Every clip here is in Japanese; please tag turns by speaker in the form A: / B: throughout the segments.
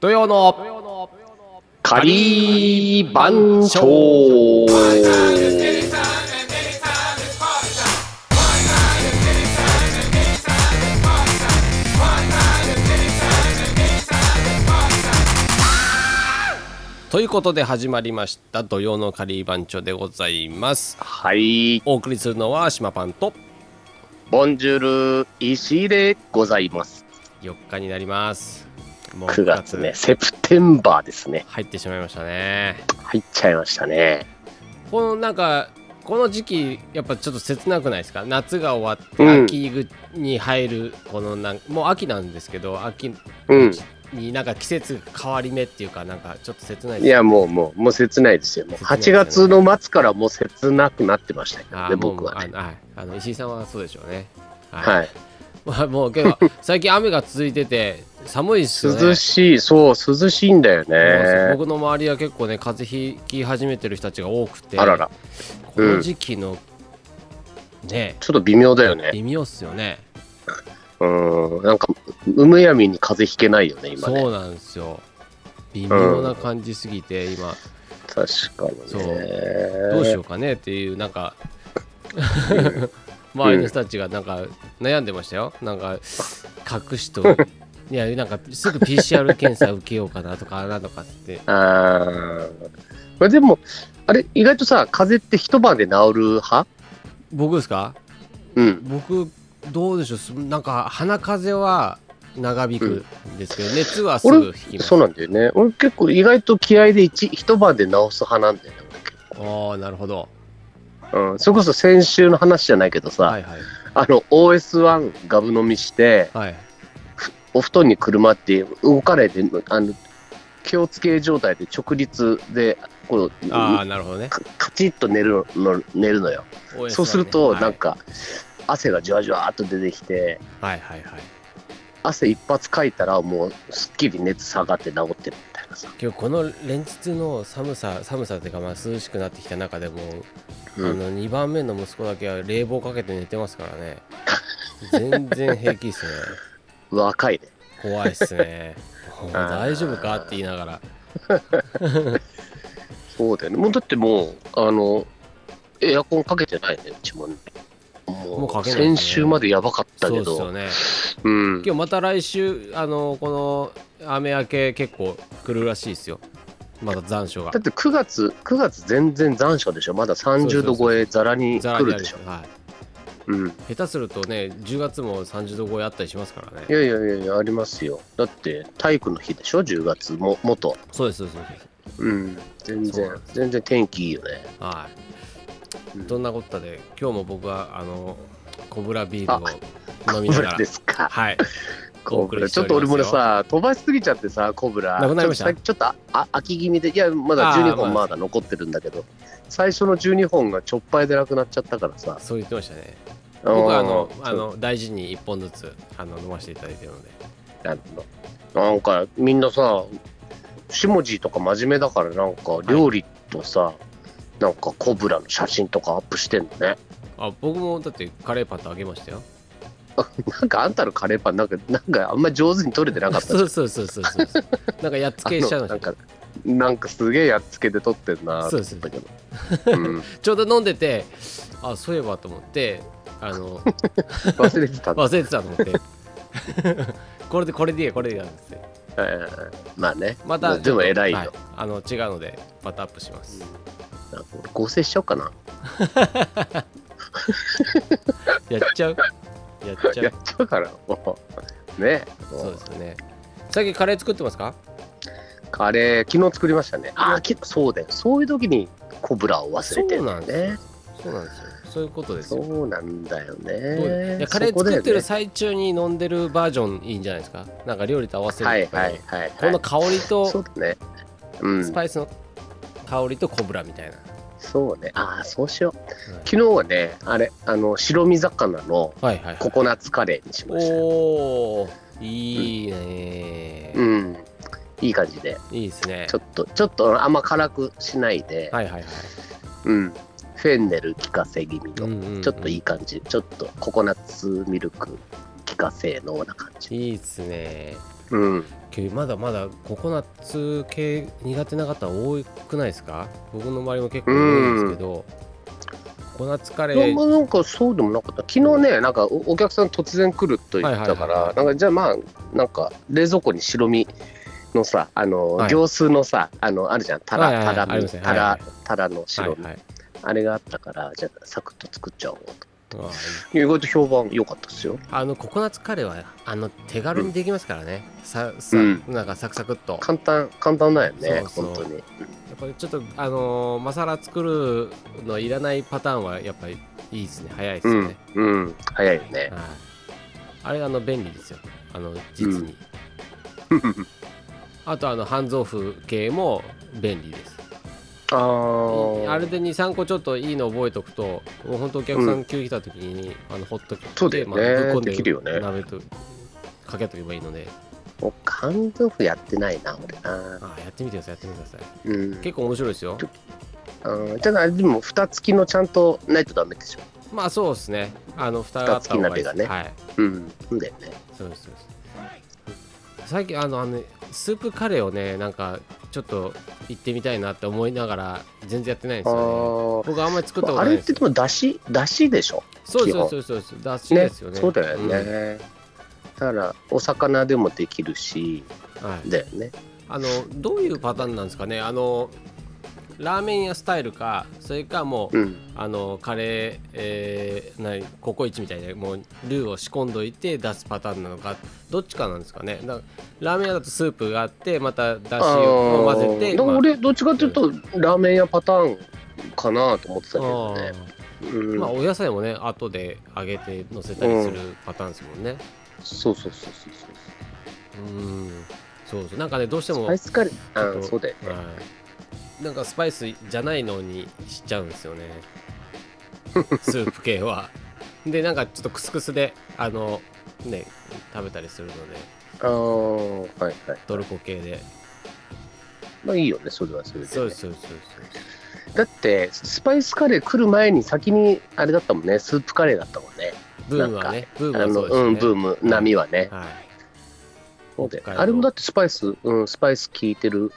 A: 土曜の
B: 仮番長
A: ということで始まりました土曜のカリー番長でございます
B: はい
A: お送りするのは島パンと
B: ボンジュール石井でございます
A: 4日になりますもう
B: 9月ねセプテンバーですね
A: 入ってしまいましたね
B: 入っちゃいましたね
A: このなんかこの時期やっぱちょっと切なくないですか夏が終わっ
B: う
A: て
B: ん
A: 秋に入るこのなんもう秋なんですけど秋
B: うん
A: になんか季節変わり目っていうかなんかちょっと切ない
B: い
A: です
B: やもうもうもう切ないですよもう
A: 切ないですね
B: 8月の末からもう切なくなってましたけど
A: あ
B: ね
A: ーもう
B: 僕は
A: あ
B: ね
A: のはいあの石井さんはそうでしょうね
B: はい
A: まあ もうけど最近雨が続いてて寒いっすよね
B: 涼しいそう涼しいんだよ
A: そう
B: ね
A: 僕の周りは結構ね風邪ひき始めてる人たちが多くて
B: あらら
A: この時期の、ね
B: ちょっと微妙だよね
A: 微妙っすよね
B: うんなんかうむやみに風邪ひけないよね今ね
A: そうなんですよ微妙な感じすぎて、今
B: 確かに
A: そう
B: ね
A: どうしようかねっていうなんか 周りの人たちがなんか悩んでましたよなんか隠しといやなんかすぐ PCR 検査受けようかなとかなんとかって
B: あーこれでもあれ意外とさ風邪って一晩で治る派
A: 僕ですか
B: うん
A: 僕どうでしょうすなんか鼻風邪は長引くんですけど、熱はすぐ引
B: 俺
A: きます
B: そうなんだよね俺結構意外と気合で一一晩で治す派なんだよね俺結
A: ああなるほど
B: 構うん、それこそ先週の話じゃないけどさ、
A: はいはい
B: あの OS1 ガブ飲みして
A: はい
B: お布団にくるまって動かないであの気をつけ状態で直立でこう
A: ああなるほどね
B: カカチッと寝るの寝るのよ、そうするとなん、か、汗がじわじわーっと出てきて
A: はい、はいはいはい
B: 汗一発かいたらもうすっきり熱下がって治ってるみたいなさ、
A: 今日この連日の寒さ寒さっていうかまあ涼しくなってきた中でも、あの2番目の息子だけは冷房かけて寝てますからね全然平気ですね
B: 若いね
A: 怖いっす ねもう大丈夫かって言いながら
B: そうだよねもうだってもうあのエアコンかけてないねうちもね
A: も
B: も
A: う
B: う
A: かけないね
B: 先週までやばかった
A: そう
B: け
A: です
B: ど
A: よね
B: うん
A: 今日また来週あのこの雨明け結構来るらしいですよまだ残暑が
B: だって9月9月全然残暑でしょまだ30度超えざらに
A: ざ
B: 来
A: らに
B: る
A: あ
B: で
A: る
B: しょ
A: は
B: うん
A: い、下手するとね10月も30度超えあったりしますから
B: い
A: ね
B: やいやいやいやありますよだって体育の日でしょ10月も元
A: そうですそうですそうです
B: うん全
A: そう
B: 然
A: なんで
B: 全然天気いいよね
A: はい、
B: うん
A: どんなこったで今日も僕はあの小ブラビールを飲みな
B: コ
A: が
B: ブラ
A: ら
B: ですか
A: はいお
B: コ
A: 送
B: ブ
A: り
B: ラ
A: して
B: ち
A: お
B: ょ
A: りますよ
B: っと俺もねさ飛ばしすぎちゃってさコブラ
A: なくなりました
B: ちょっとちょっとああ飽き気味でいやまだ
A: あー
B: 12本
A: まあ
B: まだ残ってるんだけど最初の12本がちょっぱいでなくなっちゃったからさ
A: そう言ってましたね僕はあの
B: うん
A: あの大事に1本ずつあの飲ませていただいてるので
B: なんかなんかみんなさしもじとか真面目だからなんか料理とさ、なんかコブラの写真とかアップしてんのね
A: あ僕もだってカレーパンとあげましたよ
B: なんかあんたのカレーパンなんかなんかあんまり上手に撮れてなかったじゃん
A: そうそうそうそうそうそうなんかやっつけしちゃう
B: あ
A: の
B: のなんかなんかすげえやっつけて撮ってんなと思ったけどうん
A: ちょうど飲んでてあそういえばと思ってあ の
B: 忘れてたんだ
A: 忘れてたと思ってこれでこれでいいやこれでいいやなんですね
B: えーまあね
A: また
B: でも偉いよ、
A: はあの違うのでまたアップします
B: なんか俺合成しちゃおうかな
A: やっちゃうやっちゃ
B: やっ
A: う
B: ちゃうからもうね
A: そうですよね最近カレー作ってますか
B: カレー昨日作りましたねああそうだよそういう時にコブラを忘れてるんだよ
A: そうなん
B: ね
A: そうなんですよそういうことですよ
B: そうなんだ
A: ど
B: よ
A: うで
B: ね。
A: いやカレー作ってる
B: そ
A: 最中に飲んでるバージョンいいんじゃないですかなんか料理と合わせ
B: こ
A: る
B: だよねはいはいはい、はい。
A: この香り
B: そ
A: と
B: うだね。う
A: ス
B: ん。
A: パイスの香りとコブラみたいな、
B: そうね。ああ、そうしよう。
A: うん
B: 昨日はね、あれ、あの、白身魚の
A: はいはいはい
B: ココナッツカレーにしました。
A: おーいいね、
B: うん。いい感じで、
A: いいですね
B: ちょっと、ちょっとあんま辛くしないで、
A: はいはいはい
B: うん。フェンネル効かせ気味の、
A: うんうんうん
B: ちょっといい感じ。ちょっとココナッツミルク効かせのような感じ。
A: いいっすね
B: うん
A: けどまだまだココナッツ系苦手な方多くないですか僕の周りも結構多いんですけど、ココナッツカレ
B: いやまあ
A: ー
B: なんかそうでもなかった昨日ねなんかおお客さん突然来ると言ったか
A: はい
B: ら
A: はいはいはい
B: なんかじゃあまあなんか冷蔵庫に白身のさあの、
A: はい
B: 行数のさあのあるじゃんたら
A: はいはいはい
B: たら
A: ありますね
B: た
A: はいは
B: ら
A: い
B: たらの
A: はい
B: 白身、
A: はい
B: あれがあったからじゃあサクッと作っちゃおうと
A: うわ
B: 意外と評判良かったですよ
A: あのココナッツカレーはあの手軽にできますからね、ささ
B: うん
A: なんかサクサクっと
B: 簡単簡単だよね
A: そうそう
B: 本当に
A: やっぱりちょっとあのーマサラ作るのいらないパターンはやっぱりいいですね早いです
B: う
A: よ
B: ん
A: ね、
B: うん早いよね
A: はいあれあの便利ですよあの実に、
B: う
A: あとあの半蔵風系も便利です
B: あ
A: い
B: ー
A: あれで23個ちょっといいの覚えとくともうほんとお客さん急に来た時に、あのほっとく
B: そうだよね
A: ぶっこん
B: できるよね
A: 鍋とかけとけばいいので
B: もう缶豆腐やってないな俺な
A: あーやってみてくださいやってみてください
B: うん
A: 結構面白いですよ
B: あーただでも蓋付きのちゃんとないとダメでしょ
A: まあそうですねあの蓋があった方がいいです
B: 蓋付き鍋が
A: はい
B: うんそうだよね
A: そうですそうです最近あのあのスープカレーをねなんかちょっと行ってみたいなって思いながら全然やってないんですよね
B: あ
A: 僕あんまり作ったこ
B: あ
A: と
B: あ
A: ない
B: れっ
A: で
B: て
A: す
B: でもだしだしでしょ
A: そう
B: 基
A: そう
B: 本
A: そうそうそうだしですよね
B: そうだよね、
A: うん
B: だからお魚でもできるし
A: はい
B: だよね
A: あのどういうパターンなんですかねあのラーメン屋スタイルかそれかもう、
B: うん
A: あのカレー、えー、何ココイチみたいなもうルーを仕込んどいて出すパターンなのかどっちかなんですかねだラーメン屋だとスープがあってまただしを
B: あ
A: 混ぜ
B: ー
A: て
B: でも
A: まあ
B: 俺どっちかっていうとラーメン屋パターンかなと思ってたけどね
A: あ
B: う
A: ー
B: ん
A: まあお野菜もね後で揚げて乗せたりするパターンですもんね
B: そうそうそうそうそう
A: うんそうそうなんかねどうしても、
B: アイスカレーあ
A: ちょっ
B: ー
A: と
B: そうだよね
A: はいなんかスパイスじゃないのにしちゃうんです よねスープ系はでなんかちょっとクスクスであのね食べたりするので
B: ああはいはい
A: トルコ系で
B: まあいいよねそれはそれで,、ね、
A: そうですそうですそう
B: だってスパイスカレー来る前に先にあれだったもんねスープカレーだったもんね
A: ですブームはねブーム
B: あ
A: は
B: の
A: そうですよね
B: んブーム波はね、
A: はい
B: そうだよ
A: 北海道
B: あれもだってスパイス、うん、スパイス効いてる、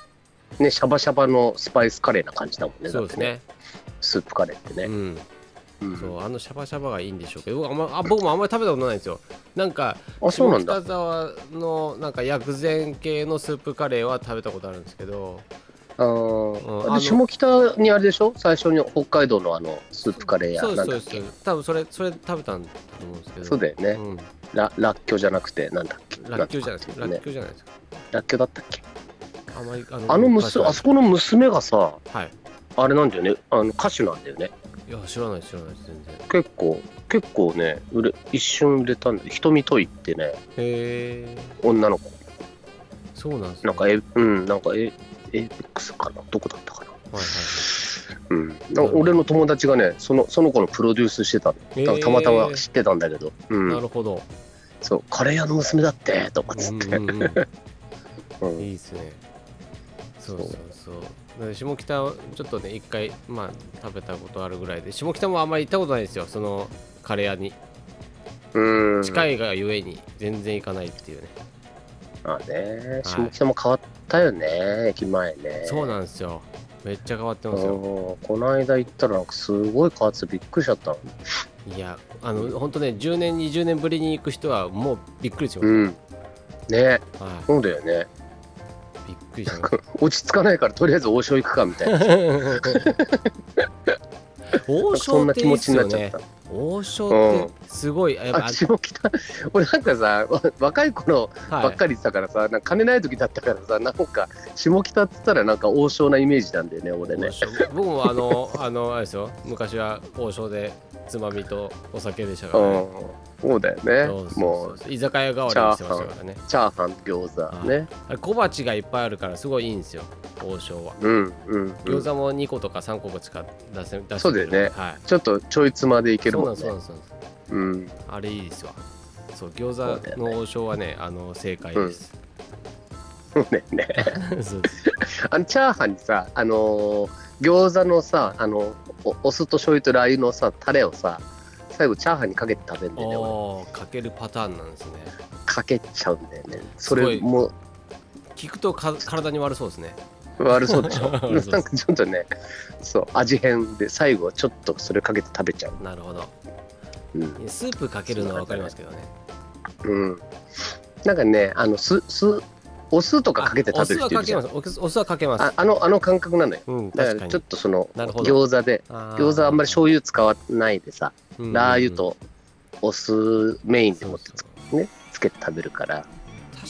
B: ね、シャバシャバのスパイスカレーな感じだもんね、
A: そうです
B: だって
A: ね
B: スープカレーって
A: う
B: ね。
A: ん
B: うん
A: そうあのシャバシャバがいいんでしょうけど僕あんまあ僕もあんまり食べたことないんですよなんか
B: あ、そうなんだ。
A: 北沢のなんか薬膳系のスープカレーは食べたことあるんですけど
B: あ
A: うんあ
B: ー
A: の
B: で下北にあれでしょ最初に北海道のあのスープカレー屋
A: そうで
B: な
A: す
B: ん
A: そ
B: だ
A: うで
B: っ
A: す
B: け
A: そうです多分それそれ食べたんだと思うんですけど
B: そうだよね。
A: うん
B: ららっきょうじゃなくて、なんだっけ
A: らっきょうじゃないです
B: ん
A: か
B: だっ
A: らっ
B: けね
A: きょうじゃないですか
B: らっきょうだったっけ
A: あんまりあの
B: あの娘、あそこの娘がさ、
A: はい
B: あれなんだよね、あの歌手なんだよね。
A: いや知らない知らない全然へ
B: 結構、結構ね、売れ一瞬売れたんだ瞳といってね、
A: え
B: 女の子。
A: そうなんですね
B: なんか、え、うん、なんか、え、エイペックスかなどこだったかな
A: はいはい
B: うん。なんか俺の友達がね、その、その子のプロデュースしてたの。
A: え
B: た
A: ー
B: たまたま知ってたんだけど、う。
A: なんるほど。
B: そう、カレー屋の娘だって、とかっつって。
A: うんうんう
B: うんん
A: いいですね。そうそうそう。なので下北をちょっとね一回まあ食べたことあるぐらいで下北もあんまり行ったことないんですよ。そのカレー屋に
B: うん。
A: 近
B: い。
A: いがゆえに全然行かないっていうね。
B: まあね、下北も変わったよね、駅前ね。
A: そうんなんですよ。めっちゃ変わって
B: で
A: ますよ。
B: この間行ったら、なんかすごい変わっててびっくりしちゃったの。
A: いやあの本当ね10年20年ぶりに行く人はもうびっくりしま
B: うん。ね
A: す。は
B: そうだよね。
A: い。びっくりしま した。
B: 落ち着かないから、とりあえず王将行くか、みたい な。なんか
A: 王
B: そ
A: 将
B: ん
A: っ
B: な
A: て
B: 気
A: いい
B: 持
A: っ
B: ち
A: す
B: になっ
A: よ
B: ちゃっ
A: ね
B: た。。
A: 王将ってすごいやっぱ
B: あ下北 俺なんかさわ若い頃
A: はい
B: ばっかり言ってたからさ、なんか金ない時だったからさなんか下北っつったらなんか王将なイメージなんだよね俺ね
A: 王将僕もあの あのあれですよ昔は王将でつまみとお酒でした
B: う
A: から、ね
B: んそうだよね
A: そうそうそう
B: もう
A: 居酒屋代わりにしてましたからね
B: チャーハン餃子ね
A: あれ小鉢がいっぱいあるからすごいいいんですよ王将は
B: うんうん、う
A: 餃子
B: ん、
A: も2個とか3個しか出せ出してくれる
B: そうだよね
A: はい
B: ちょっとちょいつまでいける
A: そう
B: も
A: なん
B: ん
A: で
B: ね
A: すそうなんですそうなんです
B: うん
A: あれいいですわそう
B: そう
A: 餃
B: だ
A: 子
B: よ
A: の王将はねあの正解です、
B: そうだよね
A: そうです
B: あのチャーハンにさあのー餃子のさあのおお酢と醤油とラー油のさタレをさ最後チャーハンにかけて食べるんだよね俺
A: おーかけるパターンなんですね
B: かけちゃうんだよね。
A: す
B: そ
A: ご
B: れ
A: い
B: も
A: 聞くとか体に悪そうですね
B: 悪そうでしょ
A: 悪
B: な
A: そうんです
B: かちょっとねそう味変で最後ちょっとそれかけて食べちゃう、
A: なるほど
B: うん
A: スープかけるのは分かりますけどね
B: うん、なんかねあの酢酢お酢とか
A: あ
B: かけて
A: お酢
B: 食べる
A: は
B: 人い
A: か
B: るじ
A: け
B: ゃ
A: ま
B: ん
A: すお酢お酢はかけます
B: ああのあの感覚なのよ
A: うん
B: だ
A: 確
B: か
A: からに
B: ちょっとその
A: なるほど
B: 餃子で
A: あー
B: 餃子はあんまり醤油使わないでさ
A: うんうんうん
B: ラー油とお酢メインで
A: そ
B: 持
A: う
B: って
A: そう
B: つね、つけて食べるから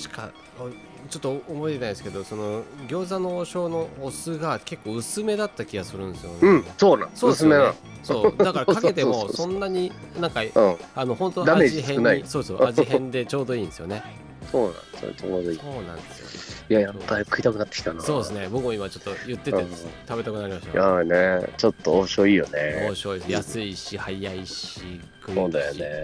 A: 確かおちょっと覚えてないですけどその餃子の王将のお酢が結構薄めだった気がするんですよね、
B: うんそうなの
A: そうですよ
B: 薄め
A: ね
B: な
A: そうだからかけて
B: そう
A: も
B: そうそう
A: そんなになんか
B: のうん
A: あの本当
B: ダメー
A: 味
B: ジ
A: 変
B: 少ない
A: にそうそう味変でちょうどいいんですよね
B: そうなのそれちょうどいい
A: そうなんですよ
B: いややっぱり食いたくなってきたな
A: そうですね僕も今ちょっと言ってて
B: うん
A: 食べたくなりまし
B: い
A: たよ
B: やーねちょっと王将いいよね
A: 面白いです安いし早いし食いし
B: そうだ
A: はい
B: よね。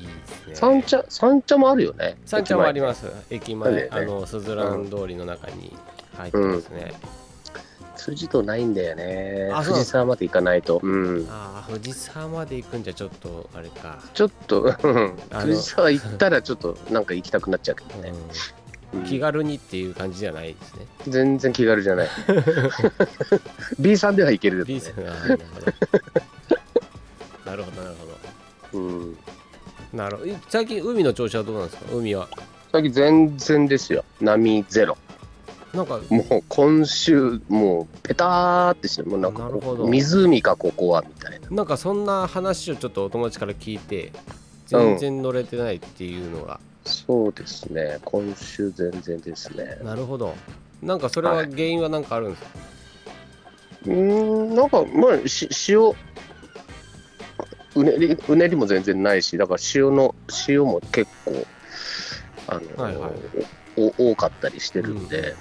A: いいですね
B: 三茶、三茶もあるよね。
A: 三茶もあります駅前
B: そうだよね
A: あのすずらん通りの中に入ってますね、
B: す。辻とないんだよね。
A: あそう
B: 藤沢まで行かないと。うん。
A: ああ藤沢まで行くんじゃちょっとあれか、
B: ちょっと、うん
A: あの
B: 藤沢行ったらちょっとなんか行きたくなっちゃうけどね。
A: うん、気軽にっていう感じじゃないですね。
B: うん全然気軽じゃ ない。B さんでは行けるけ
A: B
B: ど
A: さ
B: ね。
A: んがなるほど なるほどなるほ
B: うん。
A: どなるほどえ最近海の調子はどうなんですか海は
B: 最近全然ですよ。波ゼロ。
A: なんか
B: もう今週、もうペターってして、もうなんか
A: なるほど
B: 湖かここはみたいな。
A: なんかそんな話をちょっとお友達から聞いて全然乗れてないっていうのが、
B: そうですね。今週全然ですね。
A: なるほどなんかそれは
B: はい
A: 原因は何かあるんですか、
B: うーんなんかまあし塩うねりうねりも全然ないしだから塩の塩も結構あの、
A: はいはい
B: お多かったりしてるんで、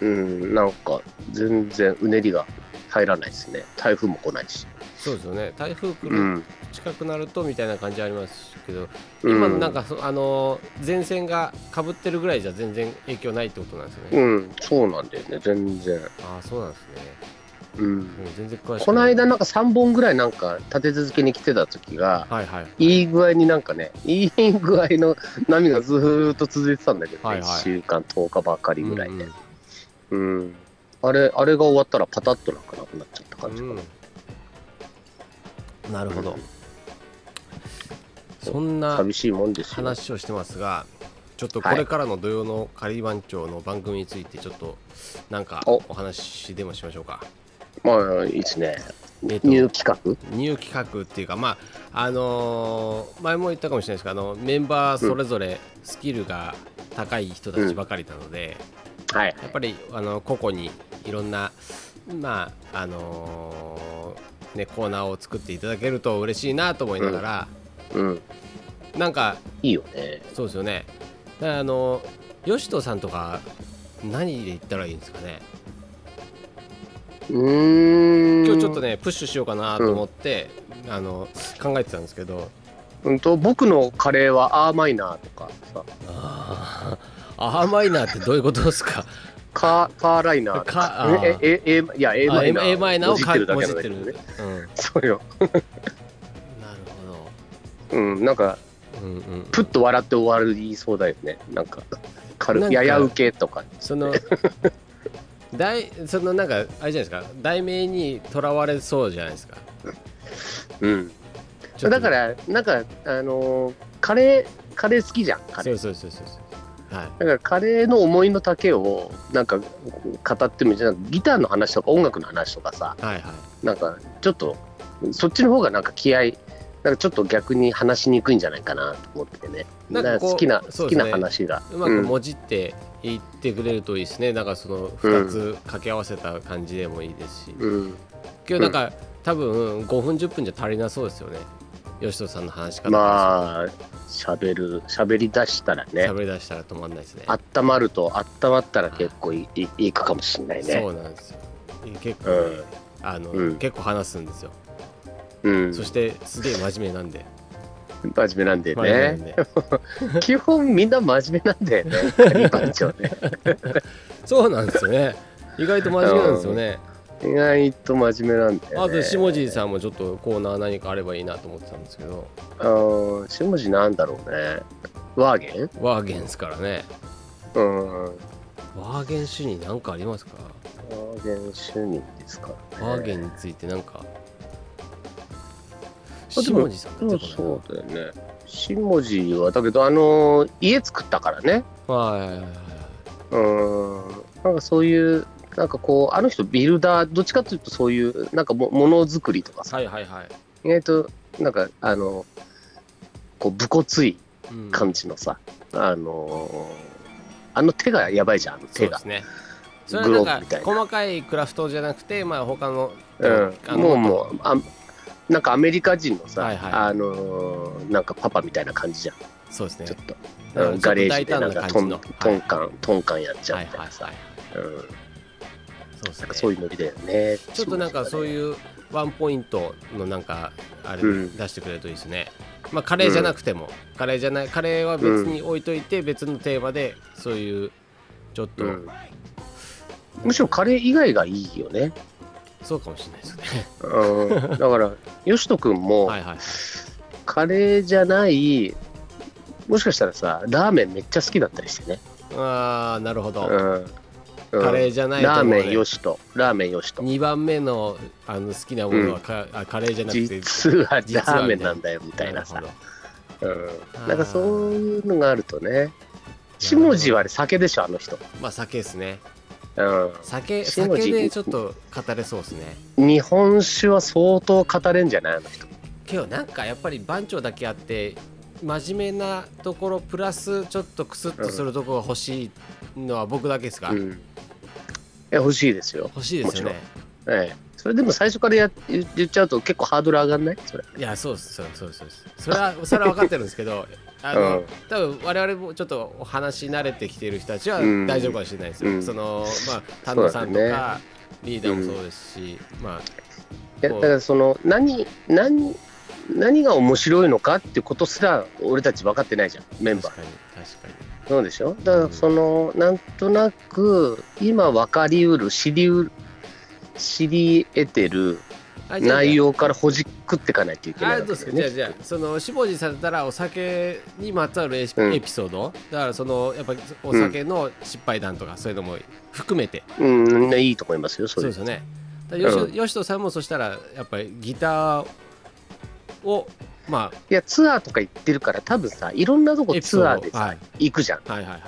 B: うん、なんか全然うねりが入らないですね台風も来ないし、
A: そうですよね台風来
B: う
A: る
B: ん、
A: 近くなるとみたいな感じありますけど、今のなんかそあの前線がかぶってるぐらいじゃ全然影響ないってことなんですよね、
B: うん、うん、そうなんだよね全然、
A: ああそうなんですね
B: うん、
A: もう全然詳しく
B: この
A: ない
B: 間なんか3本ぐらいなんか立て続けに来てた時が
A: はいはい
B: いい具合になんかね、いい具合の波がずーっと続いてたんだけど、
A: は
B: ね
A: いはい
B: 1週間10日ばかりぐらい
A: うんう
B: で
A: ん、
B: うんあれあれが終わったらパタッとなんかなくなっちゃった感じかな、
A: うんなるほど、
B: うん
A: そんな
B: 寂しいもんですよ
A: 話をしてますがちょっとこれからの土曜の仮番長の番組についてちょっとなんか
B: お
A: お話でもしましょうか
B: まあいいですね
A: えっと
B: ニュー企
A: ニュー企画っていうかまああのー前も言ったかもしれないですけどあのメンバーそれぞれスキルが高い人たちばかりなので、
B: 画はい
A: やっぱりあの個々にいろんなまああのーねコーナーを作っていただけると嬉しいなと思いながら、
B: うん
A: なんか
B: いいよね
A: そうですよねだからあのよしとさんとか何で言ったらいいんですかね
B: うーん
A: 今日ちょっとねプッシュしようかなと思って、あの考えてたんですけど
B: うんと僕のカレーはアーマイナーとかさ
A: あーアーマイナーってどういうことです か
B: カーカーライナーと
A: カ
B: か
A: ー
B: ええええいや A
A: あ
B: マ
A: A
B: イナー
A: A マイナーを
B: もじってるだけなん
A: かも
B: だ
A: じ
B: けど
A: っ
B: ね
A: てるうん、
B: そうよ
A: なるほ
B: うんなんか
A: ど、うんうんうん、
B: プッと笑って終わりそうだよねなんか軽
A: なん
B: く
A: か
B: やや受けとか
A: そ の題そのなんかあれじゃないですか題名にとらわれそうじゃないですか
B: うん
A: ちょっと
B: だからなんかあのーカレーカレー好きじゃんカレ
A: そ
B: ー
A: うそうそうそうそうはい
B: だからカレーの思いの丈をなんか語ってもいいじゃんギターの話とか音楽の話とかさ
A: はいはい
B: なんかちょっとそっちの方がなんか気合いなんかちょっと逆に話しにくいんじゃないかなと思っててね
A: なんか
B: だか
A: こ
B: ら
A: う
B: 好きな、
A: そうで
B: 好き
A: すね
B: な話が
A: うまく
B: ん
A: もじっていってくれるといいですね、なんかその2つ掛け合わせた感じでもいいですし、
B: うん
A: 今日なんか、多分5分10分じゃ足りなそうですよね吉野さんの話から
B: まあ喋る喋り出したらね
A: 喋り出したら止まんないですね
B: 温まると温まったら結構い,、い、いくかもしれないね
A: そうなんですよ結構ね、
B: うん
A: あの、
B: うん
A: 結構話すんですよ、
B: うん
A: そしてすげえ真面目なんで
B: 真面目なんで
A: 真面目な
B: ね
A: んで
B: 基本みんな真面目なんだよ ね、カリー番長ね。
A: そうなんですよね。意外と真面目なんですよね。
B: 意外と真面目なんだよ、
A: あ
B: ね。
A: と下地さんもちょっとコーナー何かあればいいなと思ってたんですけど
B: あー下地なんだろうね。ワーゲン
A: ワーゲンですからね
B: うん。ワ
A: ワーゲン主に何かありますか
B: ーゲン主任ですから、ね。
A: ワーゲンについて何か
B: あ
A: 下
B: でも
A: 地さん
B: で
A: 出て
B: も
A: こない
B: そうだよね。下地は、だけど、あのー家作ったからね。
A: なはいはいはいはいう
B: ーん。なんかそういう、なんかこう、あの人ビルダー、どっちかというとそういう、なんかもものづくりとかさ、
A: はいはいはい
B: 意外と、なんか、あの、こう、武骨い
A: うん
B: 感じのさ、あのーあの手がやばいじゃん、あの
A: そう
B: 手
A: で
B: が
A: す。ねそ
B: 手
A: れ
B: が
A: は
B: グロー
A: な
B: ブ
A: ん
B: みた
A: か
B: いな
A: 細かいクラフトじゃなくてまあ他の
B: うん
A: あ、の
B: もうもうあなんかアメリカ人のさ、
A: はいはい
B: あのーなんかパパみたいな感じじゃん、
A: そうですね
B: ちょっと、
A: うん
B: うん
A: ちょっ
B: ガ
A: と
B: レージ
A: 大
B: で
A: 胆な
B: な
A: ん感
B: かト
A: じ
B: ン
A: の
B: トンカン、トンカンやっちゃう
A: はい
B: みたい
A: はいは
B: ないさ、
A: はい
B: うん、なん
A: そうですね
B: かそういうノリだよね。
A: ちょっとなんかそう
B: う、
A: いうワンポイントのなんかあれ
B: うん
A: 出してくれるといいですね。まあカレーじゃなくても、カレーじゃないカレーは別に置いといて別のテーマでそういうちょっと、
B: うん、むしろカレー以外がいいよね。
A: そうかもしれないですね。
B: うん、だから、よしとくんも、
A: はいはい。
B: カレーじゃない、もしかしたらさ、ラーメンめっちゃ好きだったりしてね。
A: ああなるほど、
B: うんうん、
A: カレーじゃないと
B: ラー
A: ころ
B: メン
A: で
B: よしと、ラーメンよしと。
A: 2番目のあの好きなものはか、あカレーじゃなくて。
B: 実はラ
A: 実は
B: ーメンなんだよみたいなさ
A: るほ
B: うん
A: ど
B: なんかそういうのがあるとね
A: なるほど
B: 下地はあれ酒でしょあの人、
A: どまあ酒ですね。
B: う
A: 酒
B: しも
A: 酒
B: じ
A: でちょっと語れそうですね。
B: ん、日本酒は相当語れんじゃないあの人
A: けどなんかやっぱり番長だけあって真面目なところプラスちょっとクスッとするところが欲しいのは僕だけですか、
B: うんえ欲しいですよ、
A: 欲しいですよね
B: ええ、それでも最初からや言言っちゃうと結構ハードル上がんないそれ
A: いやそうですそうですそうですそうですそれ はそれは分かってるんですけどあの、
B: うん
A: 多分我々もちょっとお話し慣れてきてる人たちは
B: うん
A: 大丈夫かもしれないですよ、
B: うん
A: そのまあ丹野さんと
B: そう
A: か
B: だ、
A: リーダーもそうですし、まあ
B: え
A: そう
B: だからその何何何が面白いのかってことすら俺たち分かってないじゃんメンバー
A: 確かに確かに
B: そうでしょだからそのなんとなく今分かりうる知りうる知り得てる
A: あじゃあ
B: 内容からほじくっていかないといけな
A: あど
B: い
A: う
B: わ
A: で
B: け
A: す
B: だ
A: か
B: よ
A: じゃあ
B: ね。
A: じゃあその下地されたらお酒にまつわるエピ
B: うん
A: エピソード、だからそのやっぱお酒の失敗談とかそういうのも含めて、
B: うん、いいと思いますよ、そ
A: そう
B: れ
A: ですよねだからよし,、
B: うん
A: よしとさんもそしたらやっぱりギターをまあ
B: いや、ツアーとか行ってるから、多分さ、いろんなとこ
A: エピソ
B: ツア
A: ー
B: ー
A: ド
B: で
A: はい、
B: 行くじゃん。
A: はいはいはい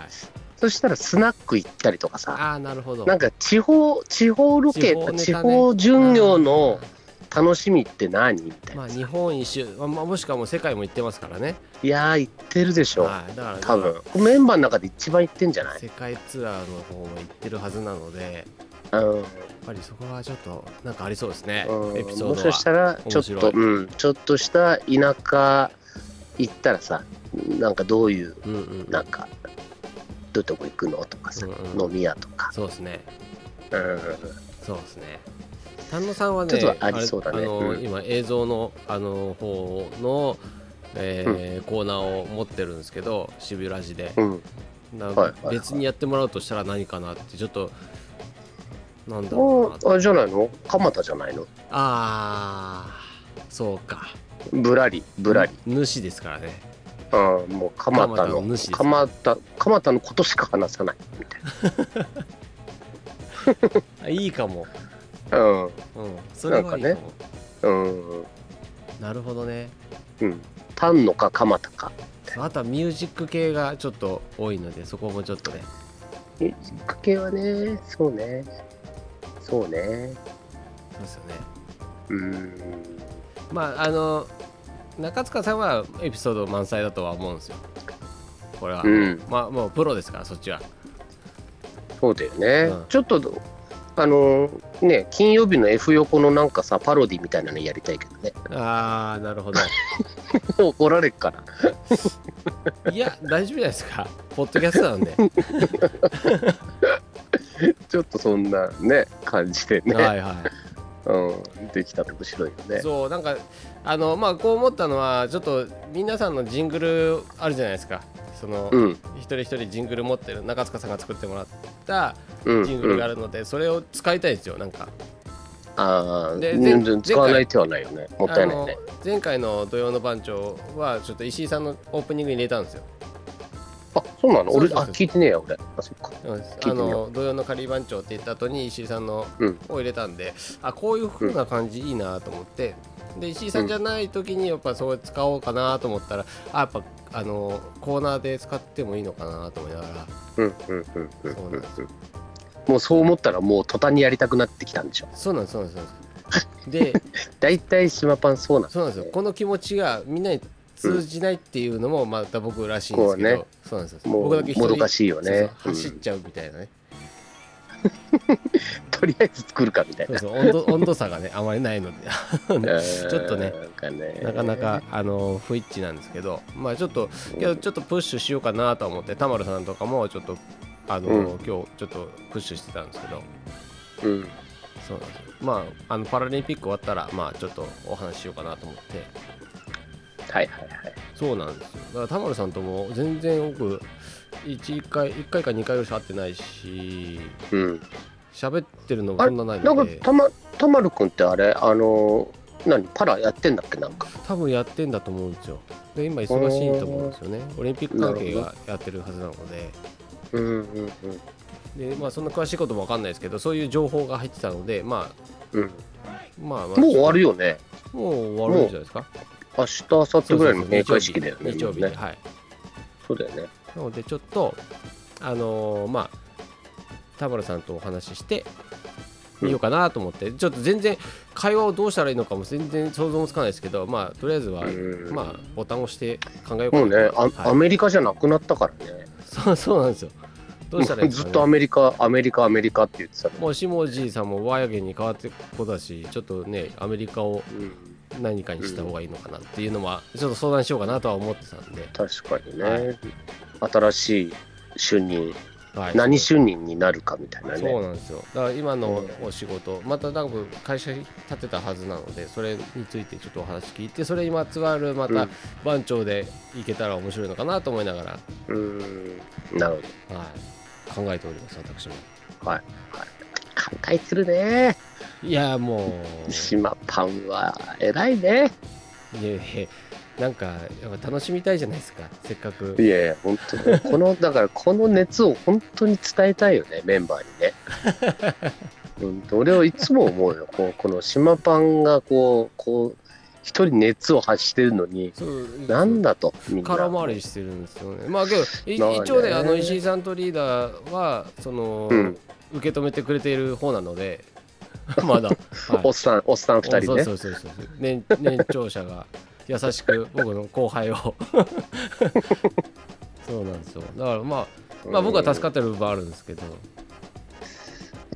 B: そしたらスナック行ったりとかさ、
A: ああなるほど
B: なんか地方、地方ロ
A: 地方
B: ケ、地方,、
A: ネタね
B: 巡業の楽しみって何みたい
A: ま
B: な
A: あ
B: さ。
A: 日本一周、まあ、もしくはもう世界も行ってますからね
B: いやー、行ってるでしょ、
A: はいだから
B: 多分メンバーの中で一番行ってんじゃない
A: 世界ツアーの方も行ってるはずなので
B: うん
A: やっぱりそこはちょっとなんかありそうですね、
B: うん
A: エピソードは
B: もしかしたらちょ
A: 面
B: っと、
A: 白
B: うん、ちょっとした田舎行ったらさなんかどういう
A: うんうん
B: なんかどういうとこ行くのとかさ、
A: うんうん
B: 飲み屋とか、
A: そうですね。
B: うん、
A: そうですね。丹野さんはね、
B: ちょっとありそうだね
A: あれあの、
B: うん
A: 今映像のあの方の、えーコーナーを持ってるんですけど、シビラジで、
B: うん、
A: なん
B: はいはいはい
A: 別にやってもらうとしたら何かなってちょっとなんだろう
B: あ
A: な。
B: あれじゃないの蒲田じゃないの
A: ああ、そうか。
B: ぶらりぶらり、
A: 主ですからね。
B: ああもう蒲田
A: 蒲田の
B: の
A: 主です
B: 蒲田蒲田のことしか話さないみたい
A: あいいかも。
B: なうん
A: うん。それはいいかも。
B: なんかうん
A: なるほどね。
B: うん丹野か蒲田か
A: あとはミュージック系がちょっと多いので、そこもちょっとね。
B: えきっかけはねそうねそ
A: そ
B: うね
A: うですよね。
B: うん
A: まああの中塚さんはエピソード満載だとは思うんですよ。これは、
B: うん
A: まあもうプロですからそっちは。
B: そうだよね、
A: うん
B: ちょっとあのね金曜日の F 横のなんかさパロディみたいなのやりたいけどね
A: ああなるほど。
B: 怒られっか ら
A: いや大丈夫じゃないですか。ポッドキャストなんで。
B: ちょっとそんなね感じで ね、
A: はいは
B: うん、できたら面白いよ
A: い。
B: ね
A: そうなんかあのまあこう思ったのはちょっと皆さんのジングルあるじゃないですか。その、
B: うん
A: 一人一人ジングル持ってる中塚さんが作ってもらった
B: うん
A: ジングルがあ
B: る
A: るので、それを使いたいんですよなんか。
B: ああ、
A: で前
B: 全然使わない手はないよね。もったいないね。
A: あの前回の土曜の番長はちょっと石井さんのオープニングに入れたんですよ
B: あ、そうなの
A: そう
B: 俺、
A: そう
B: あ、
A: そう
B: 聞いてねえや、俺。あ、そっか。
A: あ
B: 聞いてみよ
A: の土曜の仮番長って言った後に石井さんの
B: うん
A: を入れたんで、あこういう風な感じいいなと思ってで石井さんじゃない時にやっぱそう使おうかなと思ったらあやっぱあのコーナーで使ってもいいのかなと思いながら
B: うんうんうんうん
A: そう
B: う
A: なん
B: ん
A: です
B: うん。もうそう思ったら、もう途端にやりたくなってきたんでしょ。
A: そうなんですそうなんですそうなんですで
B: 大体、島パンそうなの。
A: そうなんですよこの気持ちがみんなに通じないっていうのもまた僕らしいんですけど、
B: こうね
A: そうなんですよ
B: も
A: 僕だ
B: う
A: け、一
B: も
A: 人
B: どかしいよ
A: そう
B: ね
A: そう。走っちゃうみたいなね、
B: うんとりあえず作るかみたいな。
A: そうそう温度温度差がねあまりないの で ちょっとね
B: なんかね
A: なかなかあの不一致なんですけど、まあちょっと、
B: うん
A: けどちょっとプッシュしようかなとは思って、田丸さんとかもちょっと、あの、
B: うん
A: 今日ちょっとプッシュしてたんですけど、
B: うん
A: そうなんですよまあ、あのパラリンピック終わったら、まあちょっとお話ししようかなと思って、
B: はいはいはい
A: そうなんですよ。だから田丸さんとも全然僕、1回、1回か2回ぐらいしか会ってないし、
B: うん
A: 喋ってるのもそんなない
B: なん
A: の
B: か
A: で、
B: たまたまるくんってあれあの何パラやってんだっけなんか
A: 多分やってんだと思うんですよ。で、今忙しいと思うんですよね。オリンピック関係がやってるはずなので。
B: うんうん
A: でまあそんな詳しいこともわかんないですけどそういう情報が入ってたのでまあ
B: うんうん
A: まあ、まあ、
B: もう終わるよね
A: もう終わるんじゃないですか
B: 明日明後日ぐらい
A: そうそ
B: の閉
A: うそう
B: 会式だよね
A: 日曜日で
B: もうね
A: はい
B: そうだよね
A: なのでちょっとあのーまあ田丸さんとお話ししてみようかなと思って、ちょっと全然会話をどうしたらいいのかも全然想像もつかないですけどまあとりあえずは、
B: うん
A: まあボタンを押して考えようかな
B: もうねあ
A: はい
B: アメリカじゃなくなったからね
A: そう そうなんですよどうしたらいいんです
B: ず
A: か、
B: っ
A: ね、
B: とアメリカアメリカアメリカって言ってたの
A: もう下地さんもワイヤゲンに変わってこだしちょっとねアメリカを
B: うん
A: 何かにした方がいいのかなっていうのはちょっと相談しようかなとは思ってたんで、
B: 確かに
A: は
B: ね新しい主任
A: はい、
B: 何
A: し
B: 主任になるかみたいな
A: そう
B: ね
A: なんですよだから今のお仕事また多分会社立てたはずなのでそれについてちょっとお話聞いてそれにまつわるま
B: う
A: た
B: ん
A: 番長でいけたら面白いのかなと思いながら、
B: うんなるほど
A: はい、考えております私も
B: はい。考えてるね。
A: いやも
B: 島パンは偉いね。
A: ういやいやなんかやっぱ楽しみたいじゃないですかせっかく
B: いやいや、本当 ね。この、だからこの熱を本当に伝えたいよね、メンバーにね。うんと、俺はいつも思うよ。こうこの島パンがこう、こう、一人熱を発してるのに、
A: そう
B: なんだと、みんな。
A: 空回りしてるんですよね。まあけどい
B: まあね
A: 一応ねあの石井さんとリーダーはその、
B: うん
A: 受け止めてくれている方なので まだ、はい、
B: おっさん、おっさん二人ね
A: そ。うそうそうそう年年長者が優しく僕の後輩を そうなんですよだからまあまあ僕は助か
B: っ
A: ってる部分あるんですけど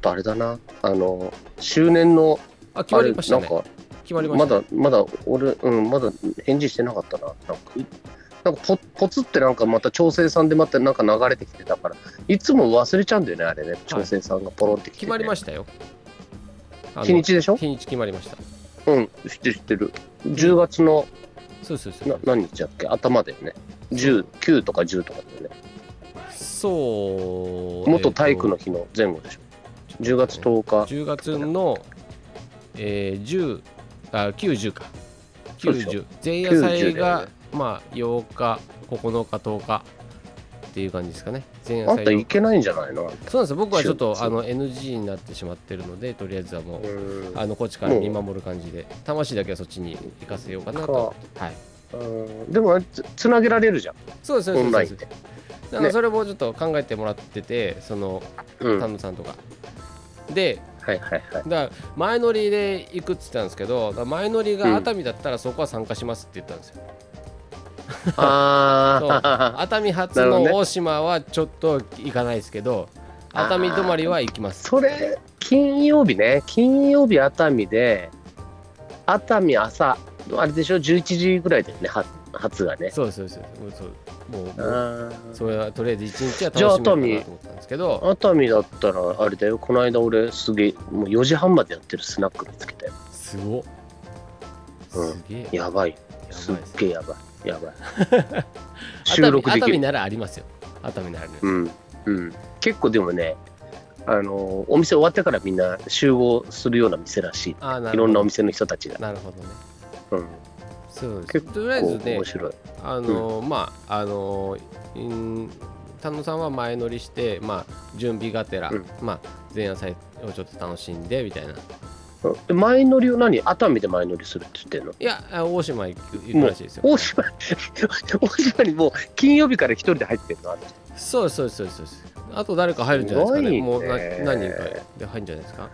B: た。あれだな、あの、周年の、
A: あ決
B: あ
A: まり
B: れ、
A: ました
B: なん
A: ね
B: か、
A: 決まりました、ね、
B: だまだ俺うんまだ返事してなかったななんかいなんかポポツってなんかまた調整さんでまたなんか流れてきてたからいつも忘れちゃうんだよねあれね調整さんがポロンってきて、
A: 決まりま
B: し
A: したよあの
B: 日にちでしょ
A: 日にち決まりました
B: うん知ってる知ってる10月の
A: そうそうそ
B: な
A: う
B: 何日だっけ頭だよね19とか10とかだよね
A: そう
B: 元体
A: えーと
B: 育の日の前後でしょ10月10日
A: 10月の、えー、10あ90か
B: そうでしょ
A: 90前夜祭
B: 90だ
A: が、
B: よね
A: まあ8日9日10日っていう感じですかね前
B: あ
A: 夜
B: んた
A: 祭
B: い
A: の
B: けないんじゃないの
A: そうなんですよ僕はちょっと
B: そう
A: あの NG になってしまってるのでとりあえずはもう、
B: うん
A: あのこっちから見守る感じで魂だけはそっちに行かせようかなと、はい、
B: うんでもあれつつなげられるじゃん
A: そうですそう
B: オ
A: です
B: ン
A: そう
B: ラ
A: で
B: イ
A: す
B: ンで
A: あのそれもちょっと考えてもらっててその
B: うんは
A: 丹
B: い
A: 野さんとか、で
B: は いはい
A: だから前乗りで行くって言ったんですけどだから前乗りが熱海だったらそこは参加しますって言ったんですよ、そう
B: あ
A: 熱海発
B: なるほ
A: の
B: どね
A: 大島はちょっと行かないですけど
B: あー
A: 熱海泊まりは行きま
B: ー
A: す
B: それ金曜日ね金曜日熱海で熱海朝あれでしょ11時ぐらいだよねは初がね
A: そうですそうですそうですもうそうもうもう
B: あー
A: それはとりあえず一日は
B: じゃあ
A: 楽しみだなと思ったんですけど
B: 熱海だったらあれだよこの間俺すげえもう4時半までやってるスナック見つけたよ
A: すごっ
B: うん
A: すげえ、や
B: やばい
A: ばいです
B: すっ
A: ね
B: げえやばいやばい
A: 熱
B: 収
A: 海
B: 録で
A: 熱
B: き
A: 海
B: る
A: ならありますよ熱海ならあります、
B: うんうん結構でもねあのお店終わってからみんな集合するような店らしい
A: あーないる
B: ろ
A: ほ
B: んなお
A: ど
B: 店の人たちが、
A: なるほどね
B: うん、
A: そうです
B: 結構
A: とりあえずね
B: 面白い、
A: あのまああのうん丹野さんは前乗りして、まあ、準備がてら、
B: うん
A: まあ、前夜祭をちょっと楽しんでみたいな
B: うんで前乗りを何熱海で前乗りするって言ってんの
A: いやあ大島行く行くらしいですよ
B: 大島大島にもう金曜日から一人で入ってんのあの人
A: そうですそうですそうですそうですあと誰か入るんじゃないですかね
B: すごいね
A: もうな何人かで入るんじゃないですか
B: も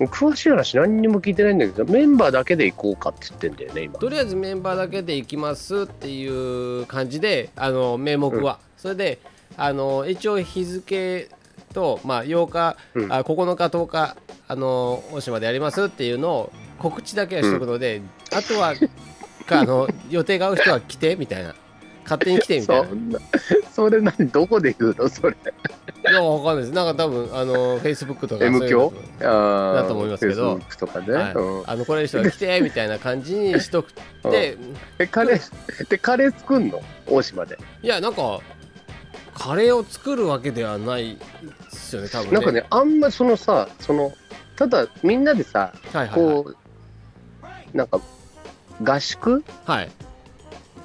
B: う詳しい話何にも聞いてないんだけどメンバーだけで行こうかって言ってんだよね今
A: とりあえずメンバーだけで行きますっていう感じであの名目は、それであの一応日付と、まあ、8日、
B: うん
A: あ9日10日あの大島でやりますっていうのを告知だけはしとくので、あとはかあ の予定が合う人は来てみたいな勝手に来てみたいな
B: そんな それ何どこで言うのそれ
A: いやわかんないですなんか多分あの Facebook とかそういう
B: M
A: の
B: 響
A: ー
B: だ
A: だと思いますけど
B: とかね、
A: はい
B: うん
A: あの来れる人が来てみたいな感じにしとく
B: うん
A: で
B: えカレーでカレー作んの大島で
A: いやなんかカレーを作るわけではないですよね多分ね
B: なんかねあんまそのさそのただみんなでさ
A: はいはいはい
B: こう、なんか合宿
A: はい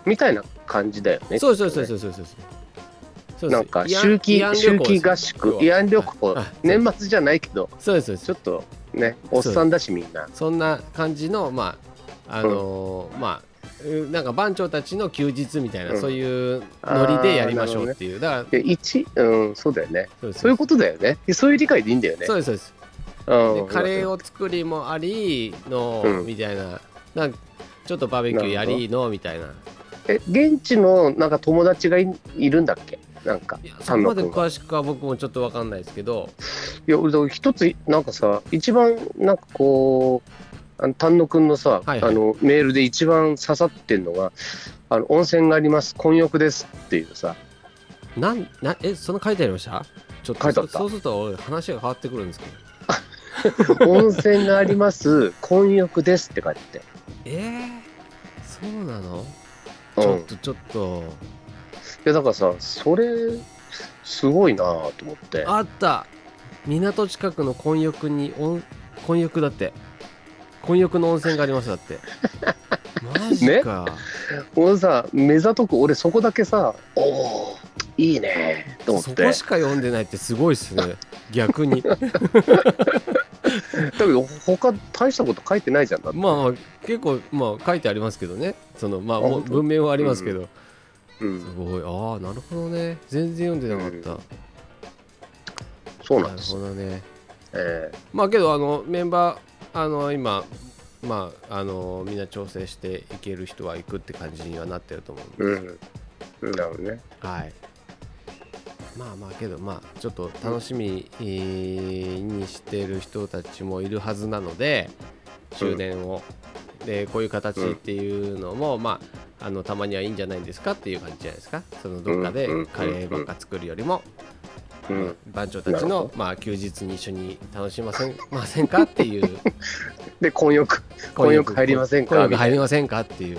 B: みたいな感じだよね
A: そうそうそうそうそうそうそう
B: なんか
A: です
B: 周期
A: 慰安
B: 周
A: 旅行
B: 期合
A: ですよ
B: 宿
A: 要は
B: 慰安旅行
A: はい
B: 年末じゃないけど
A: そうですそうです
B: ちょっとねおっさんだしみんな
A: そんな感じのまああのーまあうなんか番長たちの休日みたいな、
B: うん
A: そういうノリでやりましょうっていう、だから
B: で一うんそうだよね
A: そうです
B: そういうことだよねそういう理解でいいんだよね
A: そうですそうです
B: う
A: で
B: ん
A: カレー
B: を
A: を作りもありの、
B: うん
A: みたいななんかちょっとバーベキューやりのみたいな
B: え現地のなんか友達がいいるんだっけなんか
A: いやそこ
B: 丹野
A: ま
B: く
A: で
B: んは
A: 詳しくは僕もちょっと分かんないですけど
B: いや俺だから一つなんかさ一番なんかこうあの丹野くんのさ、
A: はいはい
B: あのメールで一番刺さってんのがあの温泉があります混浴ですっていう さ
A: なんなえそんな書いてありましたちょっと
B: 書いてあった
A: そそうすると話が変わってくるんですけど
B: 温泉があります混浴ですって書いて
A: えー、そうなの、
B: あ
A: ち
B: るう
A: ょ
B: ん
A: っとちょっと
B: いやだからさそれすごいなぁと思って
A: あった港近くの混浴に温混浴だって混浴の温泉がありますだって マジか、
B: 俺さ目ざとく俺そこだけさおおいいねと思っ
A: そ
B: て
A: こしか読んでないってすごいっすね逆 に
B: だけど他大したこと書いてないじゃんだって
A: まあまあ結構まあ書いてありますけどねそのまあ
B: あ
A: もう
B: 本当
A: 文面はありますけど、
B: うん
A: すごいああなるほどね全然読んでなかっ
B: そう
A: た、
B: な
A: な
B: んで
A: る
B: す
A: ほ
B: よ、
A: どね
B: え
A: まあけどあのメンバーあの今まああのみんな調整していける人は行くって感じにはなってると思うんで
B: えうんなるほどね
A: はいまあまあけどまあちょっと楽しみえーにしてる人たちもいるはずなので終電を、でこういう形っていうのも、まああのたまにはいいんじゃないですかっていう感じじゃないですかそのどっかで
B: うん
A: カレーばっか作るよりも、
B: うん
A: 番長たち
B: なるほ
A: の、まあ、休日に一緒に楽しませんませんかっていう
B: で混浴混浴入りませんか
A: 混浴
B: みたい
A: 入りませんかっていう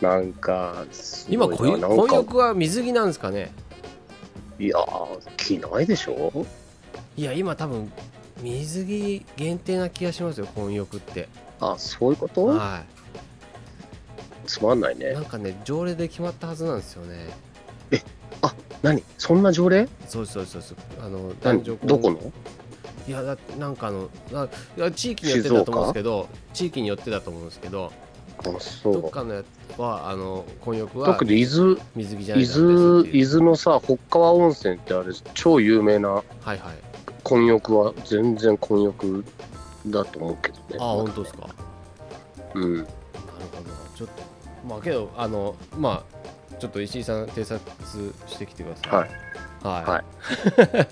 B: ななんかすごいな
A: 今混浴
B: なんか
A: 混浴は水着なんですかね
B: いやー着ないでしょ
A: いや今多分水着限定な気がしますよ混浴って
B: あそういうこと
A: は
B: つまんない
A: い
B: ね
A: なんかね条例で決まったはずなんですよね
B: 何そんな条例
A: そうそうそうそうあの
B: 何
A: 男女
B: ど
A: 混
B: この
A: いやだなんかあのないや地域によってだと思うんですけど地域によってだと思うんですけど
B: あ
A: どっ
B: そ
A: かのやつはあの混浴
B: う
A: は
B: だけど伊豆
A: 水着じゃない
B: 伊
A: ですかっ
B: 豆
A: てい
B: 伊
A: う
B: 豆のさ北川温泉ってあれ超有名な
A: はいはい
B: 混浴は全然混浴だと思うけどね
A: あ本当ですかなる
B: うん
A: ほどちょっとまあけどあのまあちょっと石井さん偵察してきてください
B: は
A: は
B: い
A: い、
B: はい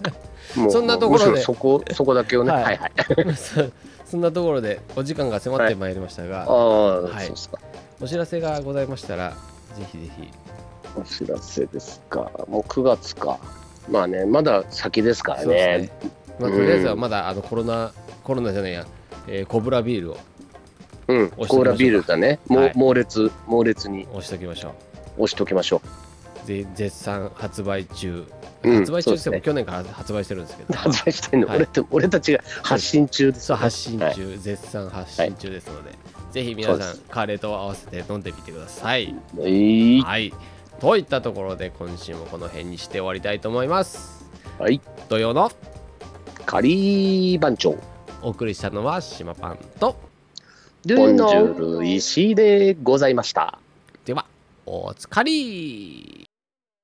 B: もう
A: そんなところで
B: むしろそこそこだけをね
A: は
B: はいいは い
A: そそんなところでお時間が迫ってまいりましたが、
B: ああ
A: はい
B: そうっすか
A: お知らせがございましたらぜひぜひ
B: お知らせですか。もう9月か。まあね、まだ先ですから
A: そうで
B: ね。
A: すね、まあ、
B: うん
A: とりあえずはまだあのコロナコロナじゃないや、えーコブラビールを
B: うん、
A: 押しときましょうか
B: コーラビールだね。もう
A: はい
B: 猛烈、猛烈に
A: 押しておきましょ
B: 押しときましょ
A: うで絶賛発売中、
B: うん
A: 発売中って言っても、
B: そうですね
A: 去年から発売してるんです けど
B: 発売してんの、
A: はい
B: 俺と俺たちが発信中です
A: そう発信中、
B: はい
A: 絶賛発信中ですので、ぜひ皆
B: そう
A: さん
B: です
A: カレーと合わせて飲んでみてください、
B: はい
A: はいといったところで今週もこの辺にして終わりたいと思います
B: はい
A: 土曜の
B: 仮番長
A: お送りしたのは島パンと
B: ボンジュール石井でございました
A: ではおつかり